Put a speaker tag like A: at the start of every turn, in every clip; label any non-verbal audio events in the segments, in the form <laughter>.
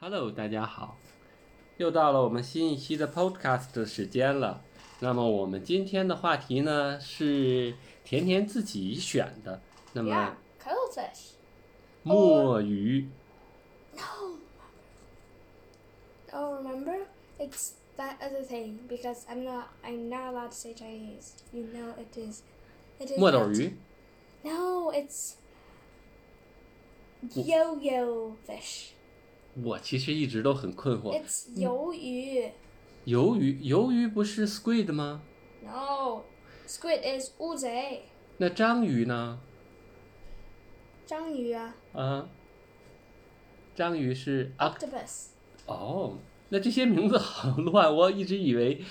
A: Hello，大家好，又到了我们新一期的 Podcast 的时间了。那么我们今天的话题呢是甜甜自己选的，那
B: Yeah,
A: 么
B: cuttlefish.
A: 墨鱼
B: No. Oh, remember? It's that other thing because I'm not. I'm not allowed to say Chinese. You know it is. It is.
A: 墨斗
B: not-
A: 鱼
B: No, it's
A: Wh-
B: yo-yo fish.
A: 我其实一直都很困惑，
B: It's 鱿鱼.
A: 鱿鱼鱿鱼不是 squid 吗？
B: No, squid is 乌贼.
A: 那章鱼呢？
B: 章鱼啊,
A: 啊，章鱼是 oct
B: octopus.
A: 哦，那这些名字好乱，我一直以为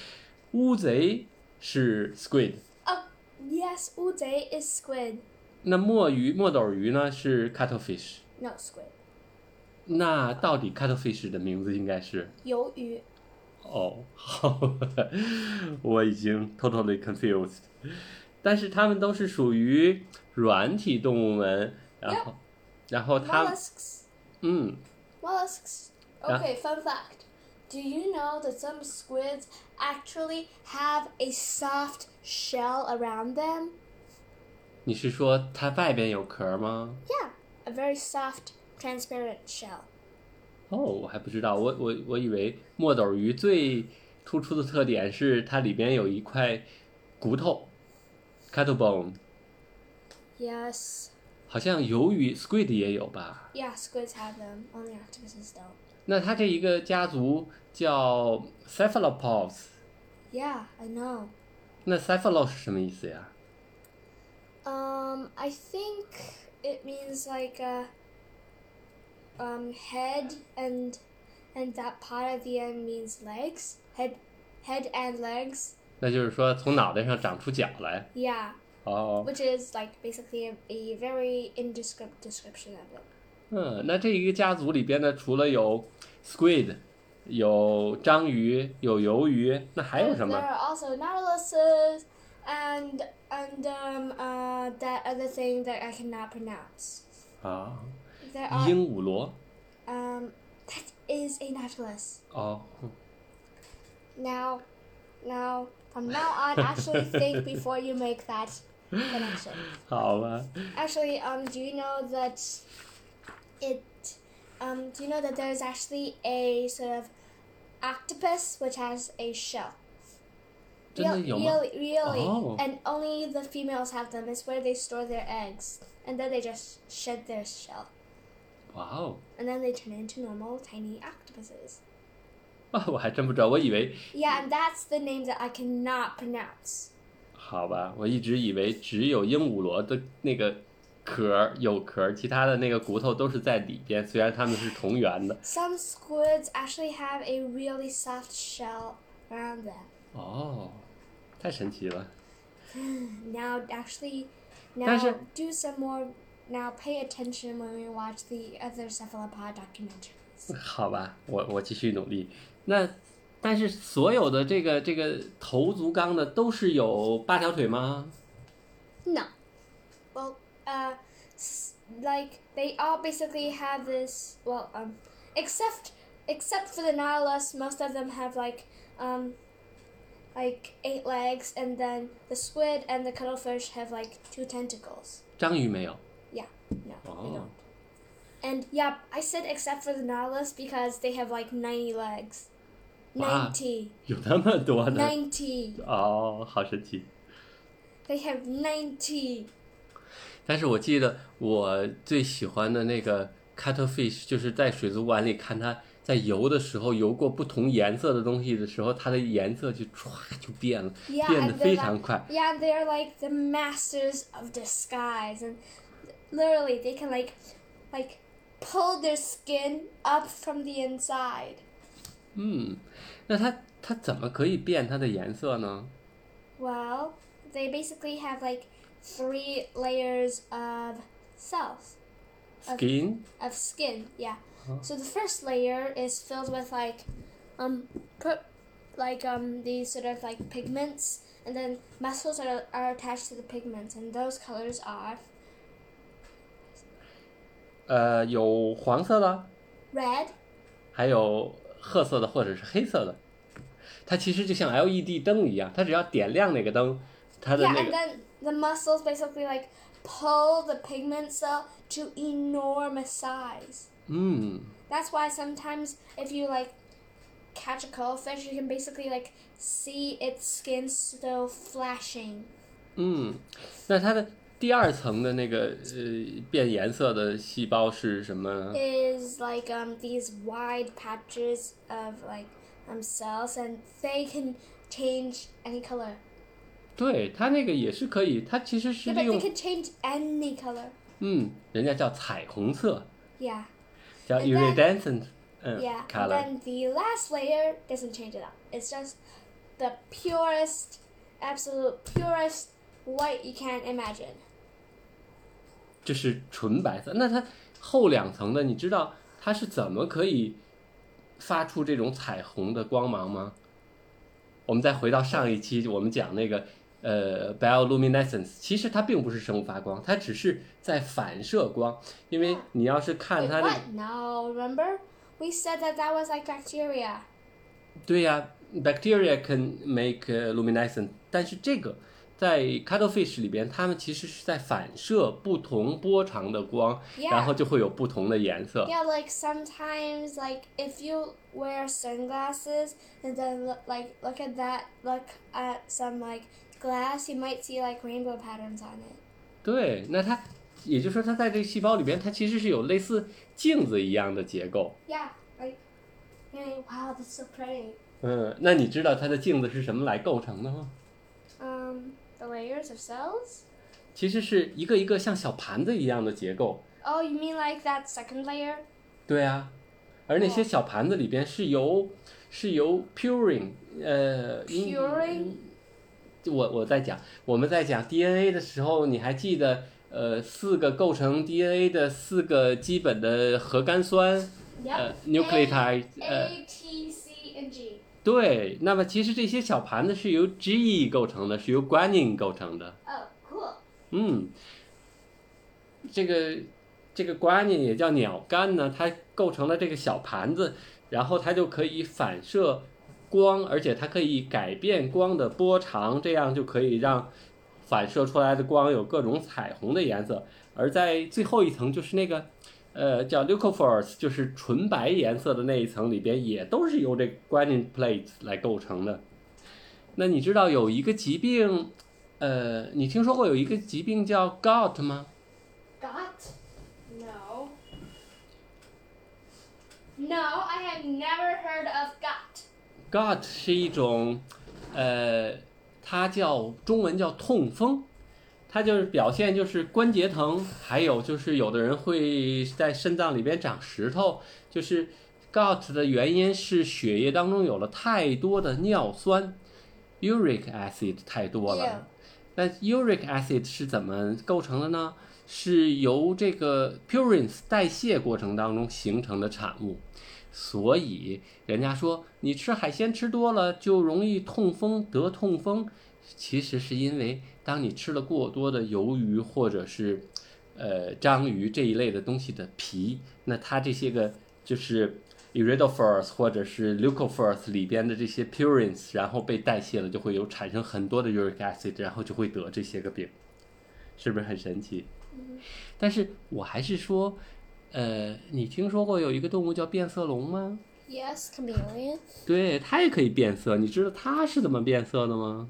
A: 乌贼是 squid，
B: Oh, yes, 乌贼 is squid.
A: 那墨鱼墨斗鱼呢是 cuttlefish。
B: No, squid.
A: 那到底 cuttlefish 的名字应该是？
B: 鱿鱼.
A: 哦， <laughs> 好，我已经 totally confused。但是它们都是属于软体动物门，然后，然后它，
B: Mollusks.
A: 嗯，
B: Mollusks.
A: Yeah.
B: Okay, fun fact. Do you know that some squids actually have a soft shell around them?
A: 你是说它外边有壳吗？
B: Yeah, a very soft, transparent shell.
A: 哦，我还不知道，我我我以为墨斗鱼最突出的特点是它里边有一块骨头 （cuttle bone），
B: Yes.
A: 好像鱿鱼 （squid） 也有吧？
B: Yeah, squids have them. Only octopuses don't.
A: 那它这一个家族叫 cephalopods，
B: Yeah, I know.
A: 那 cephalo 是什么意思呀？
B: Um, I think it means like a um head and and that part at the end means legs. Head, head and legs.
A: 那就是说从脑袋上长出脚来。
B: Yeah.
A: 哦，
B: which is like basically a, a very indescript description of it.
A: 嗯，那这一个家族里边呢，除了有 squid，有章鱼，有鱿鱼，那还有
B: And
A: 什
B: There
A: 么？
B: are also nautiluses and and um uh that other thing that I cannot pronounce.
A: 啊，
B: There are
A: 鹦鹉螺。
B: um that is a nautilus.
A: 哦，
B: Now, now from now on, actually think before you make that connection.
A: 好吧，
B: Actually, um, do you know that it, um, do you know that there's actually a sort of octopus which has a shell?
A: 真的
B: Real-
A: 有吗？
B: Really, really,
A: Oh.
B: and only the females have them. It's where they store their eggs, and then they just shed their shell,
A: 哇哦， <laughs>
B: and then they turn into normal tiny octopuses.
A: 啊，我还真不知道，我以为
B: Yeah, and that's the name that I cannot pronounce.
A: 好吧，我一直以为只有鹦鹉螺的那个壳儿有壳儿，其他的那个骨头都是在里边，虽然它们是同源的。
B: Some squids actually have a really soft shell around them.
A: 哦，太神奇了！
B: Now, actually,
A: That's
B: now
A: a-
B: do some more. Now, pay attention when we watch the other cephalopod documentaries.
A: 好吧，我我继续努力。那但是所有的这个这个头足纲的都是有八条腿吗？
B: No. Well, uh, s- like they all basically have this. Well, um, except except for the nautilus, most of them have like um, like eight legs, and then the squid and the cuttlefish have like two tentacles.
A: 章鱼没有。
B: Yeah. No, they
A: 哦
B: don't.，And yeah, I said except for the Nautilus because they have like 90 legs.
A: Wow.
B: 90.
A: 有那么
B: Uh,
A: 多呢？
B: 90.
A: 哦，好神奇。
B: They have 90.
A: 但是我记得我最喜欢的那个 cuttlefish，就是在水族馆里看它在游的时候，游过不同颜色的东西的时候，它的颜色就唰就变了，
B: Yeah,
A: 变得
B: and they're
A: 非常
B: like,
A: 快。
B: yeah, and they're like the masters of disguise. And literally, they can like, like, pull their skin up from the inside.
A: 嗯，那它它怎么可以变它的颜色呢？
B: Well, they basically have like three layers of cells.
A: 啊 skin
B: of skin. Yeah. So the first layer is filled with like, um, put like um these sort of like pigments, and then muscles are are attached to the pigments, and those colors are
A: 呃有黄色的，
B: red,
A: 还有褐色的或者是黑色的。它其实就像 LED 灯一样，它只要点亮那个灯，它的
B: Yeah,
A: 那
B: and
A: 个
B: then the muscles basically like pull the pigment cell to enormous size.
A: 嗯
B: That's why sometimes if you like catch a cuttlefish, you can basically like see its skin still flashing.
A: 嗯，那它的第二层的那个呃变颜色的细胞是什么呢？
B: Is like um these wide patches of like um cells, and they can change any color.
A: 对，它那个也是可以，它其实是
B: Yeah,
A: 利
B: but they
A: 用
B: can change any color.
A: 嗯，人家叫彩虹色，
B: Yeah,
A: 叫
B: And then-
A: iridescent 嗯
B: yeah. And
A: Uh, color。
B: then the last layer doesn't change it up. It's just the purest, absolute purest white you can imagine.
A: 这是纯白色。那它后两层的，你知道它是怎么可以发出这种彩虹的光芒吗？我们再回到上一期，我们讲那个呃 bioluminescence，其实它并不是生物发光，它只是在反射光。因为你要是看
B: Wait,
A: 它那，
B: what? No, remember? We said that that was like bacteria.
A: 对呀、b a c t e r i a can make uh, luminescent，但是这个。在 cuttlefish 里边，它们其实是在反射不同波长的光
B: Yeah.
A: 然后就会有不同的颜色。
B: Yeah, like sometimes, like if you wear sunglasses and then look, like look at that, look at some like glass, you might see like rainbow patterns on it.
A: 对，那它也就是说，它在这个细胞里边，它其实是有类似镜子一样的结构。
B: Yeah, like, hey, wow, that's so pretty.
A: 嗯，那你知道它的镜子是什么来构成的吗？
B: Um, the layers of cells.
A: 其实是一个一个像小盘子一样的结构。
B: Oh, you mean like that second layer?
A: 对啊，而那些小盘子里边是由是由 purine，呃因
B: Purine？
A: 就我我在讲，我们在讲 DNA 的时候，你还记得呃四个构成 DNA 的四个基本的核苷酸，呃 nucleotide，呃。
B: T, C, and G.
A: 对，那么其实这些小盘子是由 G 构成的，是由 guanine 构成的。
B: Oh, cool.
A: 嗯，这个这个 guanine 也叫鸟苷呢，它构成了这个小盘子，然后它就可以反射光，而且它可以改变光的波长，这样就可以让反射出来的光有各种彩虹的颜色。而在最后一层，就是那个呃叫 leucophores，就是纯白颜色的那一层里边，也都是由这 guanine plates 来构成的。那你知道有一个疾病，呃，你听说过有一个疾病叫 gout 吗？
B: Got? No. No, I have never heard of got.
A: gout 是一种，呃，它叫中文叫痛风，它就是表现就是关节疼，还有就是有的人会在肾脏里边长石头，就是 gout 的原因是血液当中有了太多的尿酸，uric acid 太多了。那 uric acid 是怎么构成的呢？是由这个 purines 代谢过程当中形成的产物。所以人家说你吃海鲜吃多了就容易痛风得痛风，其实是因为当你吃了过多的鱿鱼或者是呃章鱼这一类的东西的皮，那它这些个就是 iridophores 或者是 leucophores 里边的这些 purines，然后被代谢了，就会有产生很多的 uric acid，然后就会得这些个病，是不是很神奇？但是我还是说，呃，你听说过有一个动物叫变色龙吗？
B: Yes, chameleon.
A: 对，它也可以变色。你知道它是怎么变色的吗？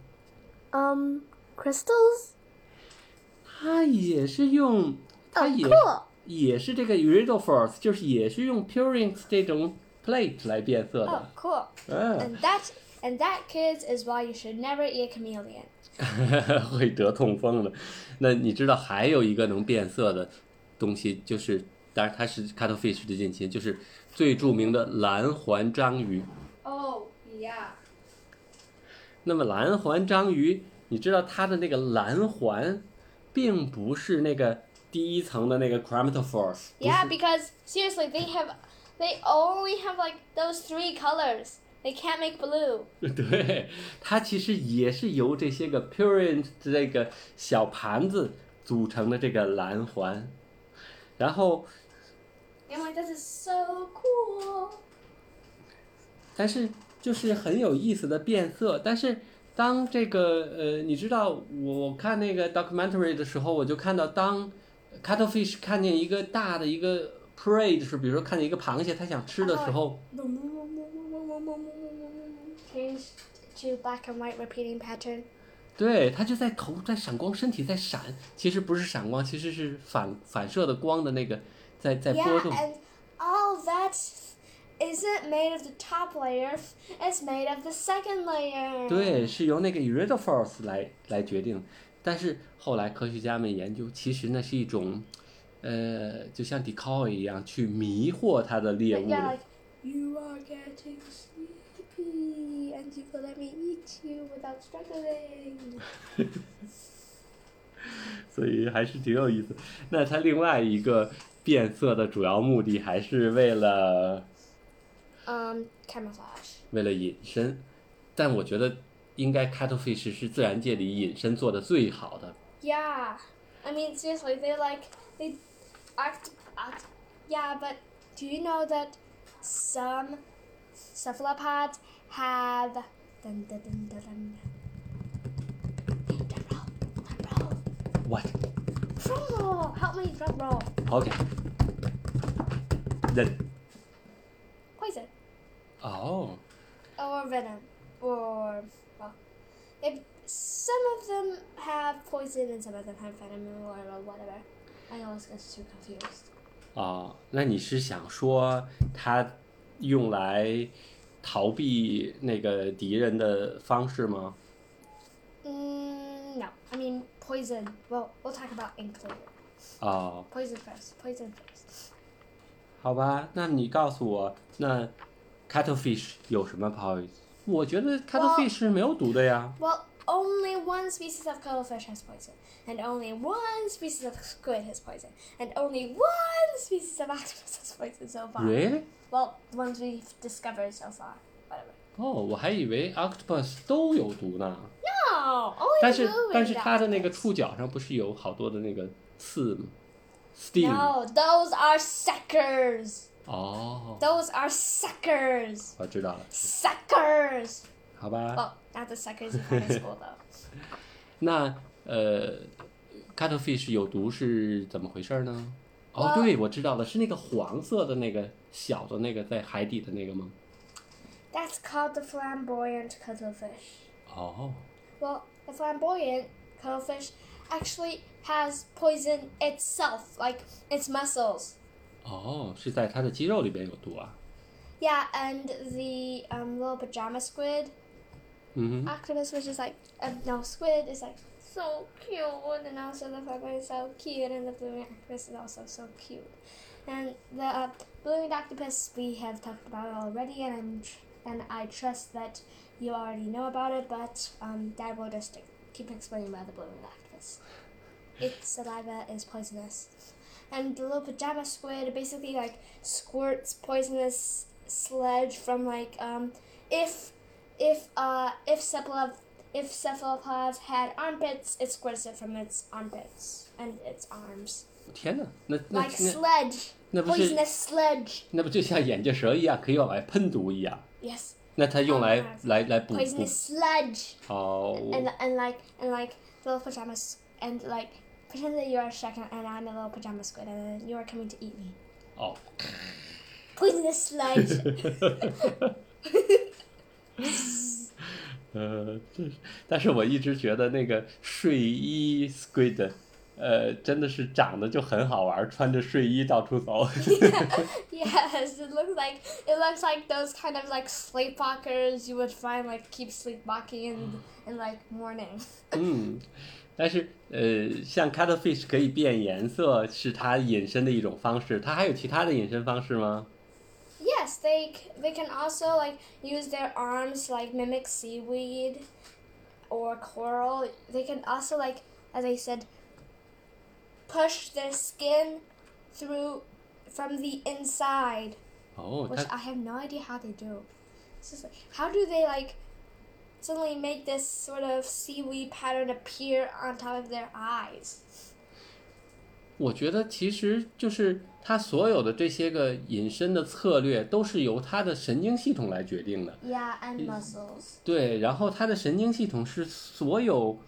B: Um, crystals?
A: 它也是用，它
B: Oh,
A: 也、
B: cool.
A: 也是这个 iridophores，就是也是用 purines 这种 plate 来变色
B: Oh,
A: 的。
B: cool.
A: 嗯，
B: And that, and that, kids, is why you should never eat a chameleon.
A: 啊 <laughs> 会得痛风的。那你知道还有一个能变色的东西，就是当然它是 cuttlefish 的近亲，就是最著名的蓝环章鱼。
B: Oh, yeah.
A: 那么蓝环章鱼，你知道它的那个蓝环，并不是那个第一层的那个 chromatophores，不
B: Yeah,
A: 是
B: because seriously, they have, they only have like those three colors. They can't make blue.
A: 对，它其实也是由这些个 purine 这个小盘子组成的这个蓝环，然后
B: And I'm like, this is so cool.
A: 但是就是很有意思的变色。但是当这个呃，你知道我我看那个 documentary 的时候，我就看到当 cuttlefish 看见一个大的一个 prey，就是比如说看见一个螃蟹，它想吃的时候，
B: Change to black and white repeating pattern.
A: 对，它就在头在闪光，身体在闪，其实不是闪光，其实是反反射的光的那个在在波
B: Yeah,
A: 动。
B: and all that isn't made of the top layer, it's made of the second <laughs> layer.
A: 对，是由那个 iridophores 来来决定。但是后来科学家们研究，其实那是一种，呃，就像 decoy 一样去迷惑它的猎
B: But
A: 物
B: yeah,
A: 的
B: like, you are getting sleepy, and you could let me eat you without struggling.
A: 所以还是挺有意思。那它另外一个变色的主要目的还是为了
B: Um, camouflage.
A: 为了隐身，但我觉得应该 cuttlefish 是自然界里隐身做的最好的。
B: Yeah, I mean seriously, they like they act act. Yeah, but do you know that some cephalopods have dun dun dun dun dun. Drum roll,
A: What?
B: drum roll, drum roll! Help me drum roll.
A: OK. That.
B: Poison
A: 哦，
B: or venom or well, they, some of them have poison and some of them have venom or whatever. I always get too confused.
A: 哦，那你是想说它用来逃避那个敌人的方式吗？
B: Mm, no, I mean poison. Well, we'll talk about ink later.
A: 哦，
B: Poison first. Poison first.
A: 好吧，那你告诉我，那 cuttlefish 有什么 poison？我觉得 cuttlefish 是没有毒的呀。
B: Well, only one species of cuttlefish has poison, and only one species of squid has poison, and only one species of <laughs> octopus has poison so far.
A: Really？
B: Well, the ones we've discovered so far. Whatever.
A: 哦，我还以为 octopus 都有毒呢。
B: No, only
A: 但
B: the
A: 是
B: blue
A: 但
B: and
A: 是
B: the
A: 它的那个
B: octopus.
A: 触角上不是有好多的那个刺吗？Steam。
B: No, those are suckers.
A: 哦，
B: Those are suckers.
A: 我知道了，
B: Suckers.
A: 好吧。
B: Well, not the suckers you find in school though.
A: 那呃，cuttlefish 有毒是怎么回事儿呢？哦，
B: 我
A: 对，我知道了，是那个黄色的那个小的那个在海底的那个吗？
B: That's called the flamboyant cuttlefish.
A: 哦，
B: Well, the flamboyant cuttlefish actually has poison itself, like its muscles.
A: 哦，是在它的肌肉里边有毒啊。
B: Yeah, and the um, little pajama squid
A: 嗯哼，
B: octopus, which is like uh, no squid, is like so cute, and also the flamboyant is so cute, and the blooming octopus is also so cute. And the uh, blooming octopus we have talked about already, and I'm tr- and I trust that you already know about it, but um, Dad will just keep explaining about the blooming octopus. Its saliva is poisonous, and the little pajama squid basically like squirts poisonous sludge from like um, if if uh if cephalop if cephalopods had armpits, it squirts it from its armpits and its arms.
A: 天哪，那那
B: Like
A: 那
B: sludge.
A: 那不是
B: Poisonous sludge.
A: 那不就像眼镜蛇一样可以往外喷毒一样？
B: Yes.
A: 那它用来、
B: 嗯
A: 来来补补
B: Poisonous sludge.
A: 哦，
B: And
A: 我
B: and like and like little pajamas and like pretend that you are a shark and- and I'm a little pajama squid and you are coming to eat me.
A: 哦，
B: Poisonous
A: <laughs>
B: sludge. <laughs>
A: 呃，这是，但是我一直觉得那个睡衣 squid，呃，真的是长得就很好玩儿，穿着睡衣到处走。 <laughs>
B: <laughs> yes, it looks like it looks like those kind of like sleepwalkers you would find like keep sleepwalking in in like morning.
A: 嗯，但是呃，像 cuttlefish 可以变颜色，是它隐身的一种方式。它还有其他的隐身方式吗？
B: Yes, they c- they can also like use their arms to, like mimic seaweed or coral. They can also like as I said push their skin through from the inside,
A: 哦，
B: which
A: 它
B: I have no idea how they do. It's just like how do they like suddenly make this sort of seaweed pattern appear on top of their eyes?
A: 我觉得其实就是他所有的这些个隐身的策略都是由他的神经系统来决定的。
B: Yeah, and mussels.
A: 对，然后它的神经系统是所有，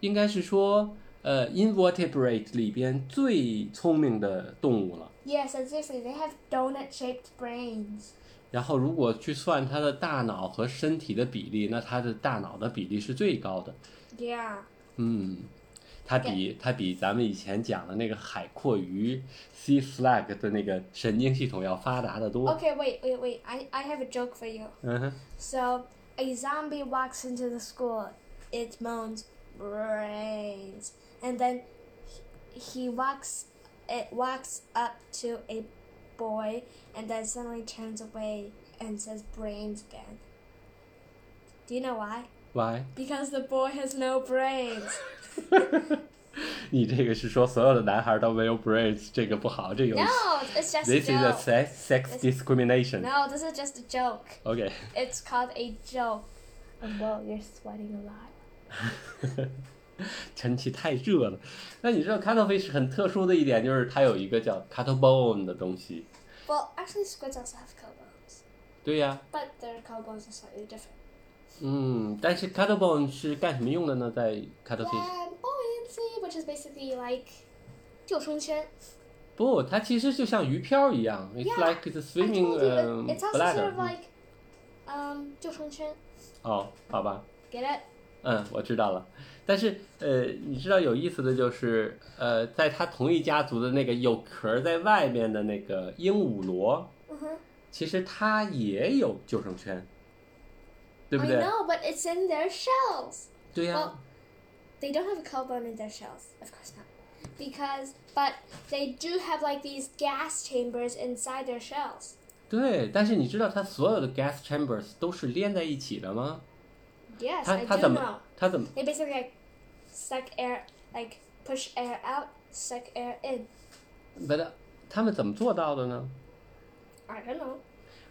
A: 应该是说，呃，invertebrate 里边最聪明的动物了。
B: Yes, and seriously, they have donut-shaped brains.
A: 然后如果去算它的大脑和身体的比例，那它的大脑的比例是最高的。
B: Yeah.
A: 嗯，它比它比咱们以前讲的那个海阔鱼 sea slug 的那个神经系统要发达的多。
B: Okay, wait, wait, wait. I, I have a joke for you.
A: 嗯哼，
B: So, a zombie walks into the school. It moans, brains. And then he- he walks it walks up to a boy and then suddenly turns away and says brains again. Do you know why?
A: 喂，
B: Because the boy has no brains.
A: <laughs> 你这个是说所有的男孩都没有 brains，这个不好，这有
B: No, it's just
A: This
B: a
A: is a
B: joke.
A: sex sex discrimination.
B: No, this is just a joke.
A: OK， <laughs>
B: It's called a joke. And whoa, you're sweating a lot.
A: 天气太热了。那你知道 cuttlefish 很特殊的一点就是它有一个叫 cuttle bone 的东西。
B: Well, actually, squids also have cow bones,
A: 对呀、
B: but their cow bones are slightly different.
A: 嗯，但是 cuttle bone 是干什么用的呢？在
B: Um,
A: cuttlefish
B: Yeah, buoyancy, which is basically like 救生圈.
A: 不，它其实就像鱼漂一样，it's
B: Yeah,
A: like the
B: I told
A: swimming
B: you, it-
A: um
B: it's also sort
A: bladder
B: of
A: 嗯。
B: like um 救生圈.
A: 哦，好吧，
B: Get it?
A: 嗯，我知道了。但是呃，你知道有意思的就是呃，在它同一家族的那个有壳儿在外面的那个鹦鹉螺，
B: Uh-huh.
A: 其实它也有救生圈，对不
B: I
A: 对？
B: know, but it's in their shells.
A: 对呀、
B: Well, they don't have a cow bone in their shells, of course not, because but they do have like these gas chambers inside their shells.
A: 对。但是你知道它所有的 gas chambers 都是连在一起的吗？
B: Yes,
A: 它
B: I
A: 它
B: do
A: 怎
B: know.
A: 么它怎么
B: They basically like suck air, like push air out, suck air in.
A: 不是他们怎么做到的呢？
B: I don't know.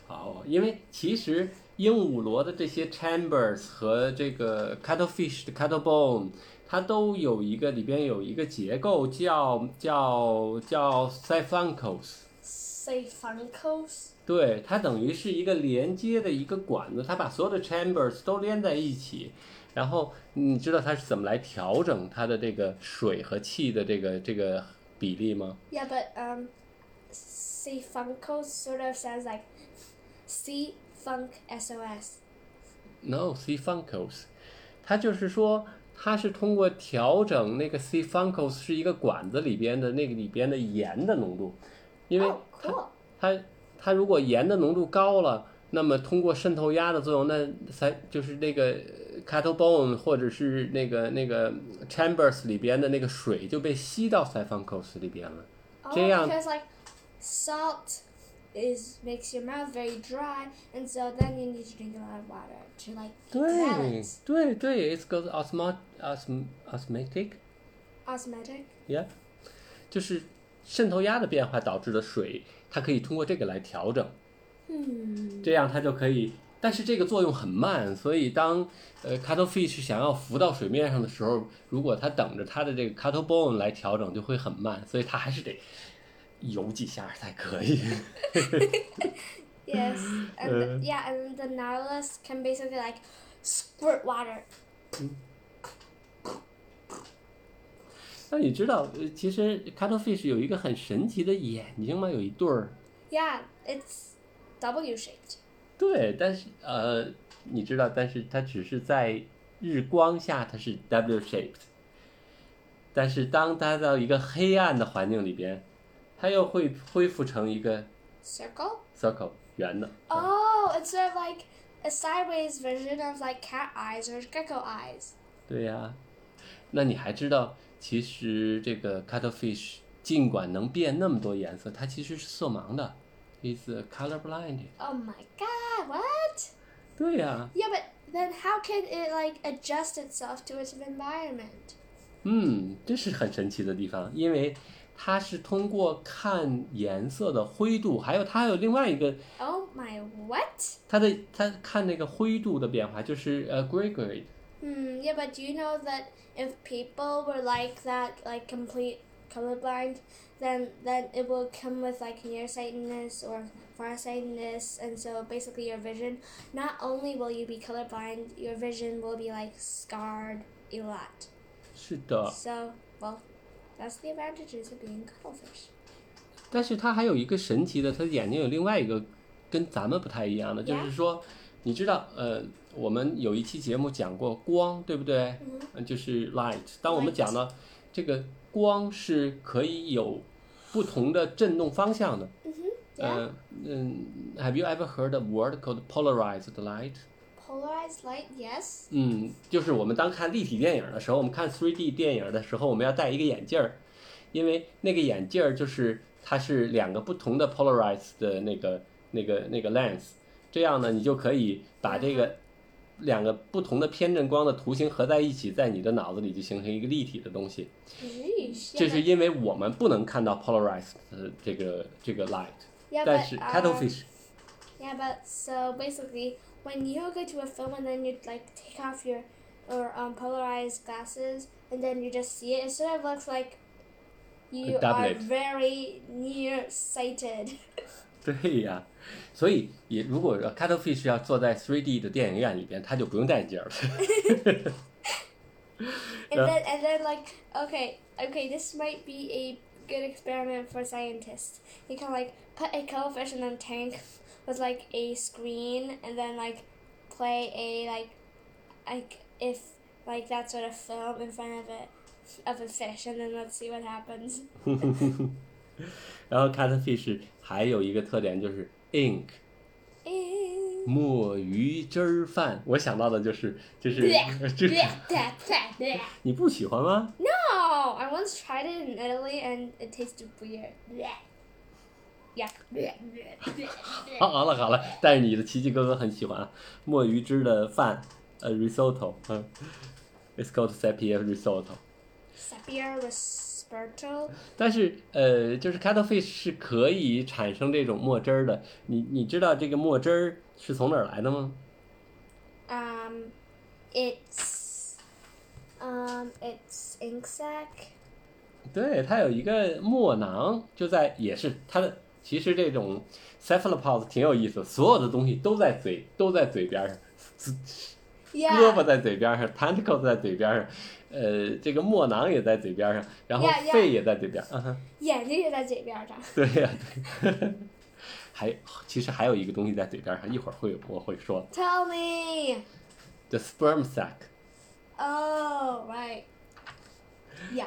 A: 好，因为其实鹦鹉螺的这些 chambers 和这个 cuttlefish 的 cuttle bone，它都有一个里边有一个结构叫叫叫 siphuncle。
B: Say Funkos.
A: 对，它等于是一个连接的一个管子，它把所有的 chambers 都连在一起。然后你知道它是怎么来调整它的这个水和气的这个这个比例吗？
B: Yeah, but um, say Funkos sort of sounds like C Funk SOS.
A: No, C Funkos，它就是说，它是通过调整那个 C Funkos 是一个管子里边的那个里边的盐的浓度，因为
B: Oh,
A: 它、
B: cool.
A: 它它如果盐的浓度高了，那么通过渗透压的作用，那才就是那个 cuttle bone 或者是那个那个 chambers 里边的那个水就被吸到 C Funkos 里边了。
B: Oh,
A: Jay, um,
B: because like salt is makes your mouth very dry, and so then you need to drink a lot of water to like
A: 对
B: balance
A: 对对，it goes osmo osm osmotic。
B: osmotic.
A: Yeah，就是渗透压的变化导致的水，它可以通过这个来调整，
B: Hmm.
A: 这样它就可以。但是这个作用很慢，所以当呃 cuttlefish 想要浮到水面上的时候，如果它等着它的这个 cuttle bone 来调整，就会很慢，所以它还是得游几下才可以。
B: Yes, and the- yeah, and the Nautilus can basically like squirt water.
A: 那你知道，呃其实 cuttlefish 有一个很神奇的眼睛吗？有一对儿。
B: Yeah, it's W shaped.
A: 对，但是呃，你知道，但是它只是在日光下，它是 W shaped，但是当它到一个黑暗的环境里边，它又会恢复成一个
B: Circle?
A: circle 圆的。
B: Oh, it's sort of like a sideways version of like cat eyes or gecko eyes.
A: 对呀、那你还知道，其实这个 cuttlefish 尽管能变那么多颜色，它其实是色盲的，is color blind。
B: Oh my god, what?
A: 对呀、
B: Yeah, but then how can it like adjust itself to its environment?
A: 嗯，这是很神奇的地方，因为它是通过看颜色的灰度，还有它还有另外一个
B: Oh my what?
A: 它的它看那个灰度的变化，就是呃 gray grade。
B: Hmm, yeah, but do you know that if people were like that, like complete colorblind, then then it will come with like nearsightedness or farsightedness, and so basically your vision. Not only will you be colorblind, your vision will be like scarred a lot.
A: 是的，
B: So well, that's the advantages of being cuttlefish.
A: 但是它还有一个神奇的，它的眼睛有另外一个跟咱们不太一样的，就
B: Yeah.
A: 是说，你知道，呃，我们有一期节目讲过光，对不对？嗯，就是 light。当我们
B: Light
A: 讲到这个光是可以有不同的振动方向的。
B: Mm-hmm. Yeah.
A: 呃，嗯，Have you ever heard a word called polarized light？
B: Polarized light, yes.
A: 嗯，就是我们当看立体电影的时候，我们看 3D 电影的时候，我们要戴一个眼镜儿，因为那个眼镜儿就是它是两个不同的 polarized 的那个那个那个 lens，这样呢，你就可以把这个两个不同的偏振光的图形合在一起，在你的脑子里就形成一个立体的东西。
B: Yeesh.
A: 这
B: Yeah,
A: 是
B: but,
A: 因为我们不能看到 polarized 的这个这个 light，
B: yeah,
A: 但是
B: but, um,
A: cuttlefish
B: Yeah, but so basically, when you go to a film and then you like take off your or um, polarized glasses and then you just see it, it sort of looks like you are
A: doublet.
B: very near sighted.
A: <laughs> 对呀，所以也如果说 Cuttlefish 要坐在 3D 的电影院里边，他就不用戴眼镜儿了。 <laughs>
B: And
A: Yeah.
B: then and then like okay, okay, this might be a good experiment for scientists. You can like put a cuttlefish in a tank with like a screen and then like play a like like if like that sort of film in front of it of a fish and then let's see what happens.
A: 然后 Cuttlefish 还有一个特点就是 ink 墨鱼汁儿饭，我想到的就是就是 <laughs> 就是
B: no,
A: 你不喜欢吗？
B: I once tried it in Italy and it tasted weird. Yeah.
A: 好好了好了，但是你的奇奇哥哥很喜欢啊墨鱼汁的饭，呃 risotto，嗯，it's called sepia risotto。
B: Sepia Resperto.
A: 但是呃，就是 cuttlefish 是可以产生这种墨汁儿的。你你知道这个墨汁儿是从哪儿来的吗？
B: Um, it's um, it's ink sac.
A: 对，它有一个墨囊，就在也是它的。其实这种 cephalopods 挺有意思，所有的东西都在嘴，都在嘴边上，胳
B: Yeah.
A: 膊在嘴边上，tentacles 在嘴边上，呃，这个墨囊也在嘴边上，然后
B: Yeah, yeah.
A: 肺也在嘴边。嗯哼，
B: 眼睛也在嘴边上。
A: 对呀、对。 <laughs> 还其实还有一个东西在嘴边上，一会儿会我会说
B: Tell me.
A: the sperm sac。
B: Oh right. Yuck.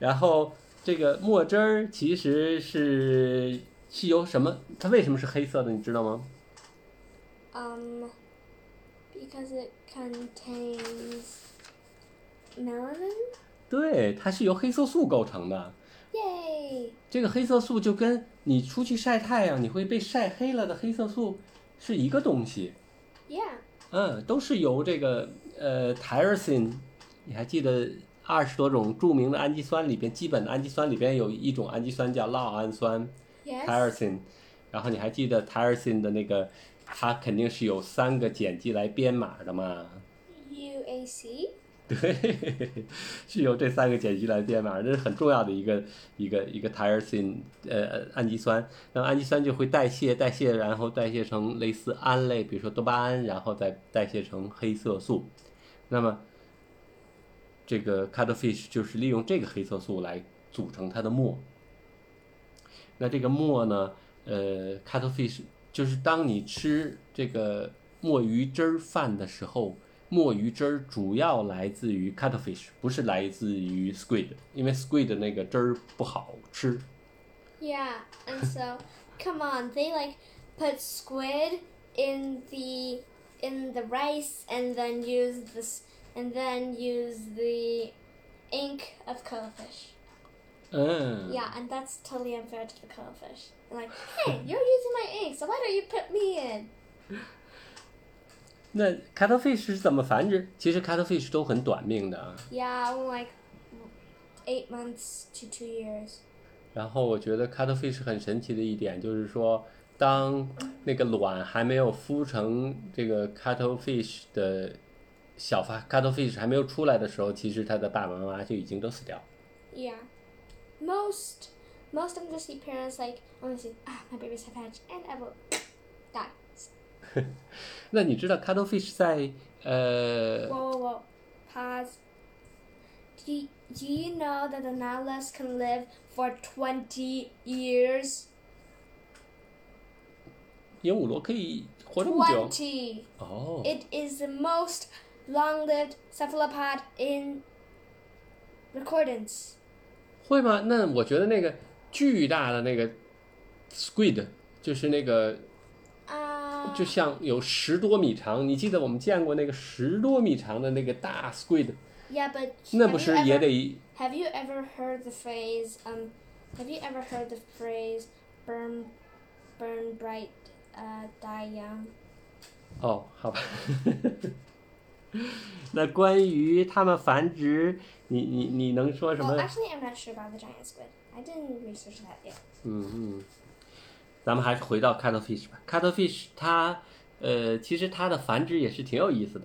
A: 然后这个墨汁儿其实是是由什么？它为什么是黑色的？你知道吗？
B: Um, because it contains melanin.
A: 对，它是由黑色素构成的。
B: Yay.
A: 这个黑色素就跟你出去晒太阳你会被晒黑了的黑色素是一个东西。
B: Yeah.
A: 嗯，都是由这个呃 tyrosine，你还记得二十多种著名的氨基酸里边，基本的氨基酸里边有一种氨基酸叫酪氨酸。
B: Yes.
A: tyrosine，然后你还记得 tyrosine 的那个，它肯定是有三个碱基来编码的嘛？
B: UAC.
A: <laughs> 对，是由这三个碱基来编码，这是很重要的一个一个一个 tyrosine 呃氨基酸，那氨基酸就会代谢代谢，然后代谢成类似胺类，比如说多巴胺，然后再代谢成黑色素。那么这个 cuttlefish 就是利用这个黑色素来组成它的墨。那这个墨呢，呃，cuttlefish 就是当你吃这个墨鱼汁儿饭的时候，墨鱼汁儿主要来自于 cuttlefish，不是来自于 squid，因为 squid 那个汁儿不好吃。
B: Yeah, and so come on, they like put squid in the in the rice and then use this and then use the ink of cuttlefish.
A: 嗯
B: Yeah, and that's totally unfair to the cuttlefish. I'm like, hey, you're using my ink, so why don't you put me in?
A: 那 cuttlefish 是怎么繁殖？其实 cuttlefish 都很短命的啊。
B: Yeah, I'm like eight months to two years.
A: 然后我觉得 cuttlefish 很神奇的一点就是说，当那个卵还没有孵成这个 cuttlefish 的小发 cuttlefish 还没有出来的时候，其实它的爸爸妈妈就已经都死掉了。
B: Yeah. most most of them just see parents like I want to see ah my baby's have hatched and I will die.
A: 那你知道 cuttlefish 在呃
B: Whoa, whoa, whoa. Pause. Do you, do you know that the Nautilus can live for 20 years?
A: 鹦鹉螺可以活这么久？
B: 20!
A: 哦，
B: It is the most long lived cephalopod in recordings.
A: 会吗？那我觉得那个巨大的那个 squid 就是那个
B: Uh,
A: 就像有十多米长，你记得我们见过那个十多米长的那个大 squid，
B: yeah, but
A: 那
B: have
A: 不
B: you,
A: 是也
B: ever,
A: 得
B: have you ever heard the phrase, um, have you ever heard the phrase, burn, burn bright, uh, die young?
A: 哦，好吧。 <laughs> 那关于它们繁殖，你你你能说什
B: Oh,
A: 么？
B: actually, I'm not sure about the giant squid. I didn't research that yet.
A: 嗯嗯，咱们还是回到 cuttlefish 吧。cuttlefish 它呃，其实它的繁殖也是挺有意思的，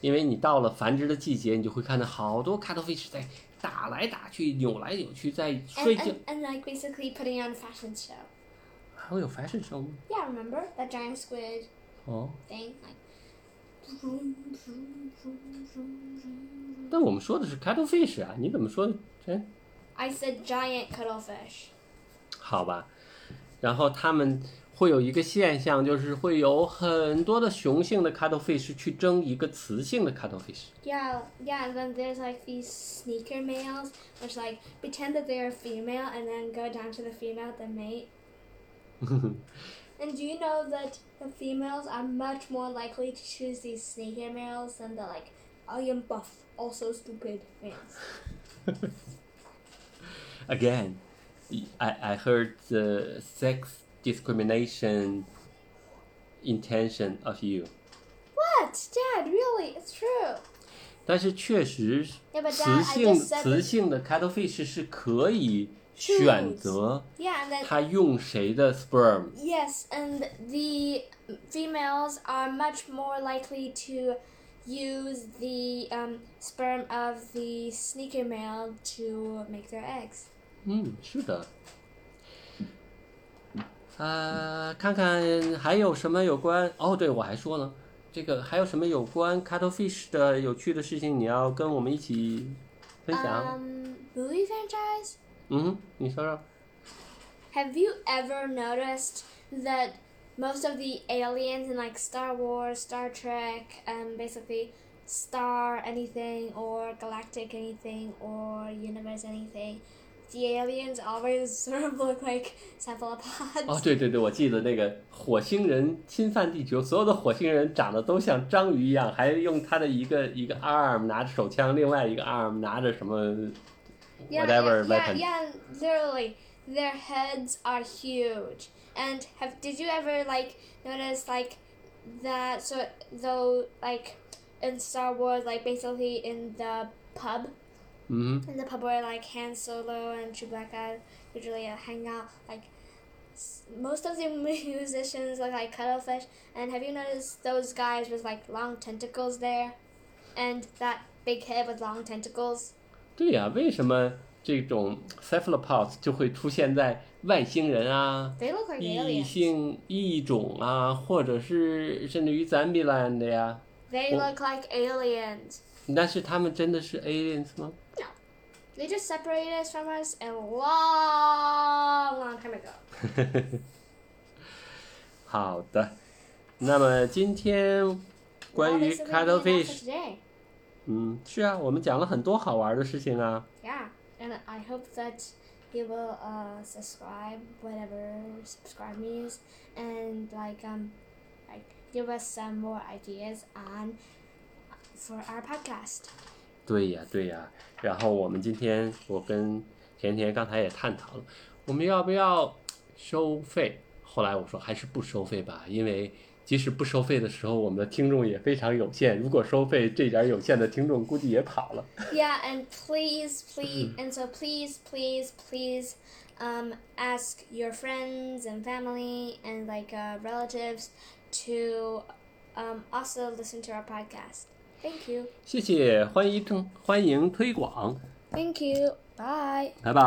A: 因为你到了繁殖的季节，你就会看到好多 cuttlefish 在打来打去、扭来扭去，在
B: And,
A: 睡觉
B: and,。and like basically putting on a fashion show.
A: 还会有 fashion show 吗？
B: Yeah, remember that giant squid
A: 哦，
B: thing? Like. vroom, vroom, vroom, vroom, vroom.
A: 但我们说的是 cuttlefish 啊，你怎么说？哎，
B: I said giant cuttlefish.
A: 好吧。然后他们会有一个现象，就是会有很多的雄性的 cuttlefish 去争一个雌性的 cuttlefish。
B: Yeah, yeah, and then there's like these sneaker males, which like pretend that they're a female and then go down to the female, the mate. And do you know that the females are much more likely to choose these sneaker males than the like I am buff, also stupid males?
A: <laughs> again I, I heard the sex discrimination intention of you
B: What, Dad? Really? It's true.
A: 但是确实
B: Yeah, but
A: 雌
B: Dad, I
A: 性
B: just said.
A: 雌
B: that-
A: 性的 cuttlefish 是可以选择
B: Yeah, and then
A: 它用谁的 sperm
B: yes, and the females are much more likely to use the um, sperm of the sneaker male to make their eggs.
A: 嗯，是的。啊，看看还有什么有关哦？对，我还说呢，这个还有什么有关 cuttlefish 的有趣的事情，你要跟我们一起分享？
B: Um, movie franchise.
A: 嗯哼，你说说。
B: Have you ever noticed that most of the aliens in like Star Wars, Star Trek, um, basically star anything or galactic anything or universe anything, the aliens always <laughs> sort of look like cephalopods.
A: 哦，对对对，我记得那个火星人侵犯地球，所有的火星人长得都像章鱼一样，还用他的一个一个 arm 拿着手枪，另外一个 arm 拿着什么
B: yeah,
A: whatever
B: yeah,
A: weapon。
B: yeah, yeah, literally, their heads are huge. And have did you ever like notice like that? So though, like in Star Wars, like basically in the pub,
A: 嗯哼。
B: in the pub where like Han Solo and Chewbacca usually uh, hang out, like s- most of the <laughs> musicians look like cuttlefish. And have you noticed those guys with like long tentacles there, and that big head with long tentacles?
A: 对呀、为什么这种 cephalopods 就会出现在外星人啊、
B: They look like
A: 异
B: aliens.
A: 性异种啊，或者是甚至于 Zombieland 的呀？
B: They
A: Well-
B: look like aliens.
A: 但是他们真的是 aliens 吗？ <laughs>
B: They just separated us from us a long, long time ago.
A: 好的，那么今天
B: Well,
A: 关于
B: basically, we did that for
A: cuttlefish，
B: today.
A: 嗯，是啊，我们讲了很多好玩的事情啊。
B: Yeah, and I hope that you will uh, subscribe, whatever subscribe means, and like um, like give us some more ideas on for our podcast.
A: 对呀，对呀。然后我们今天我跟甜甜刚才也探讨了，我们要不要收费？后来我说还是不收费吧，因为即使不收费的时候，我们的听众也非常有限。如果收费，这点有限的听众估计也跑了。
B: <laughs> yeah, and please, please, and so please, please, please, um, ask your friends and family and like uh, relatives to, um, also listen to our podcast. Thank you.
A: 谢谢，欢迎推欢迎推广，
B: Thank you. Bye.
A: 拜拜。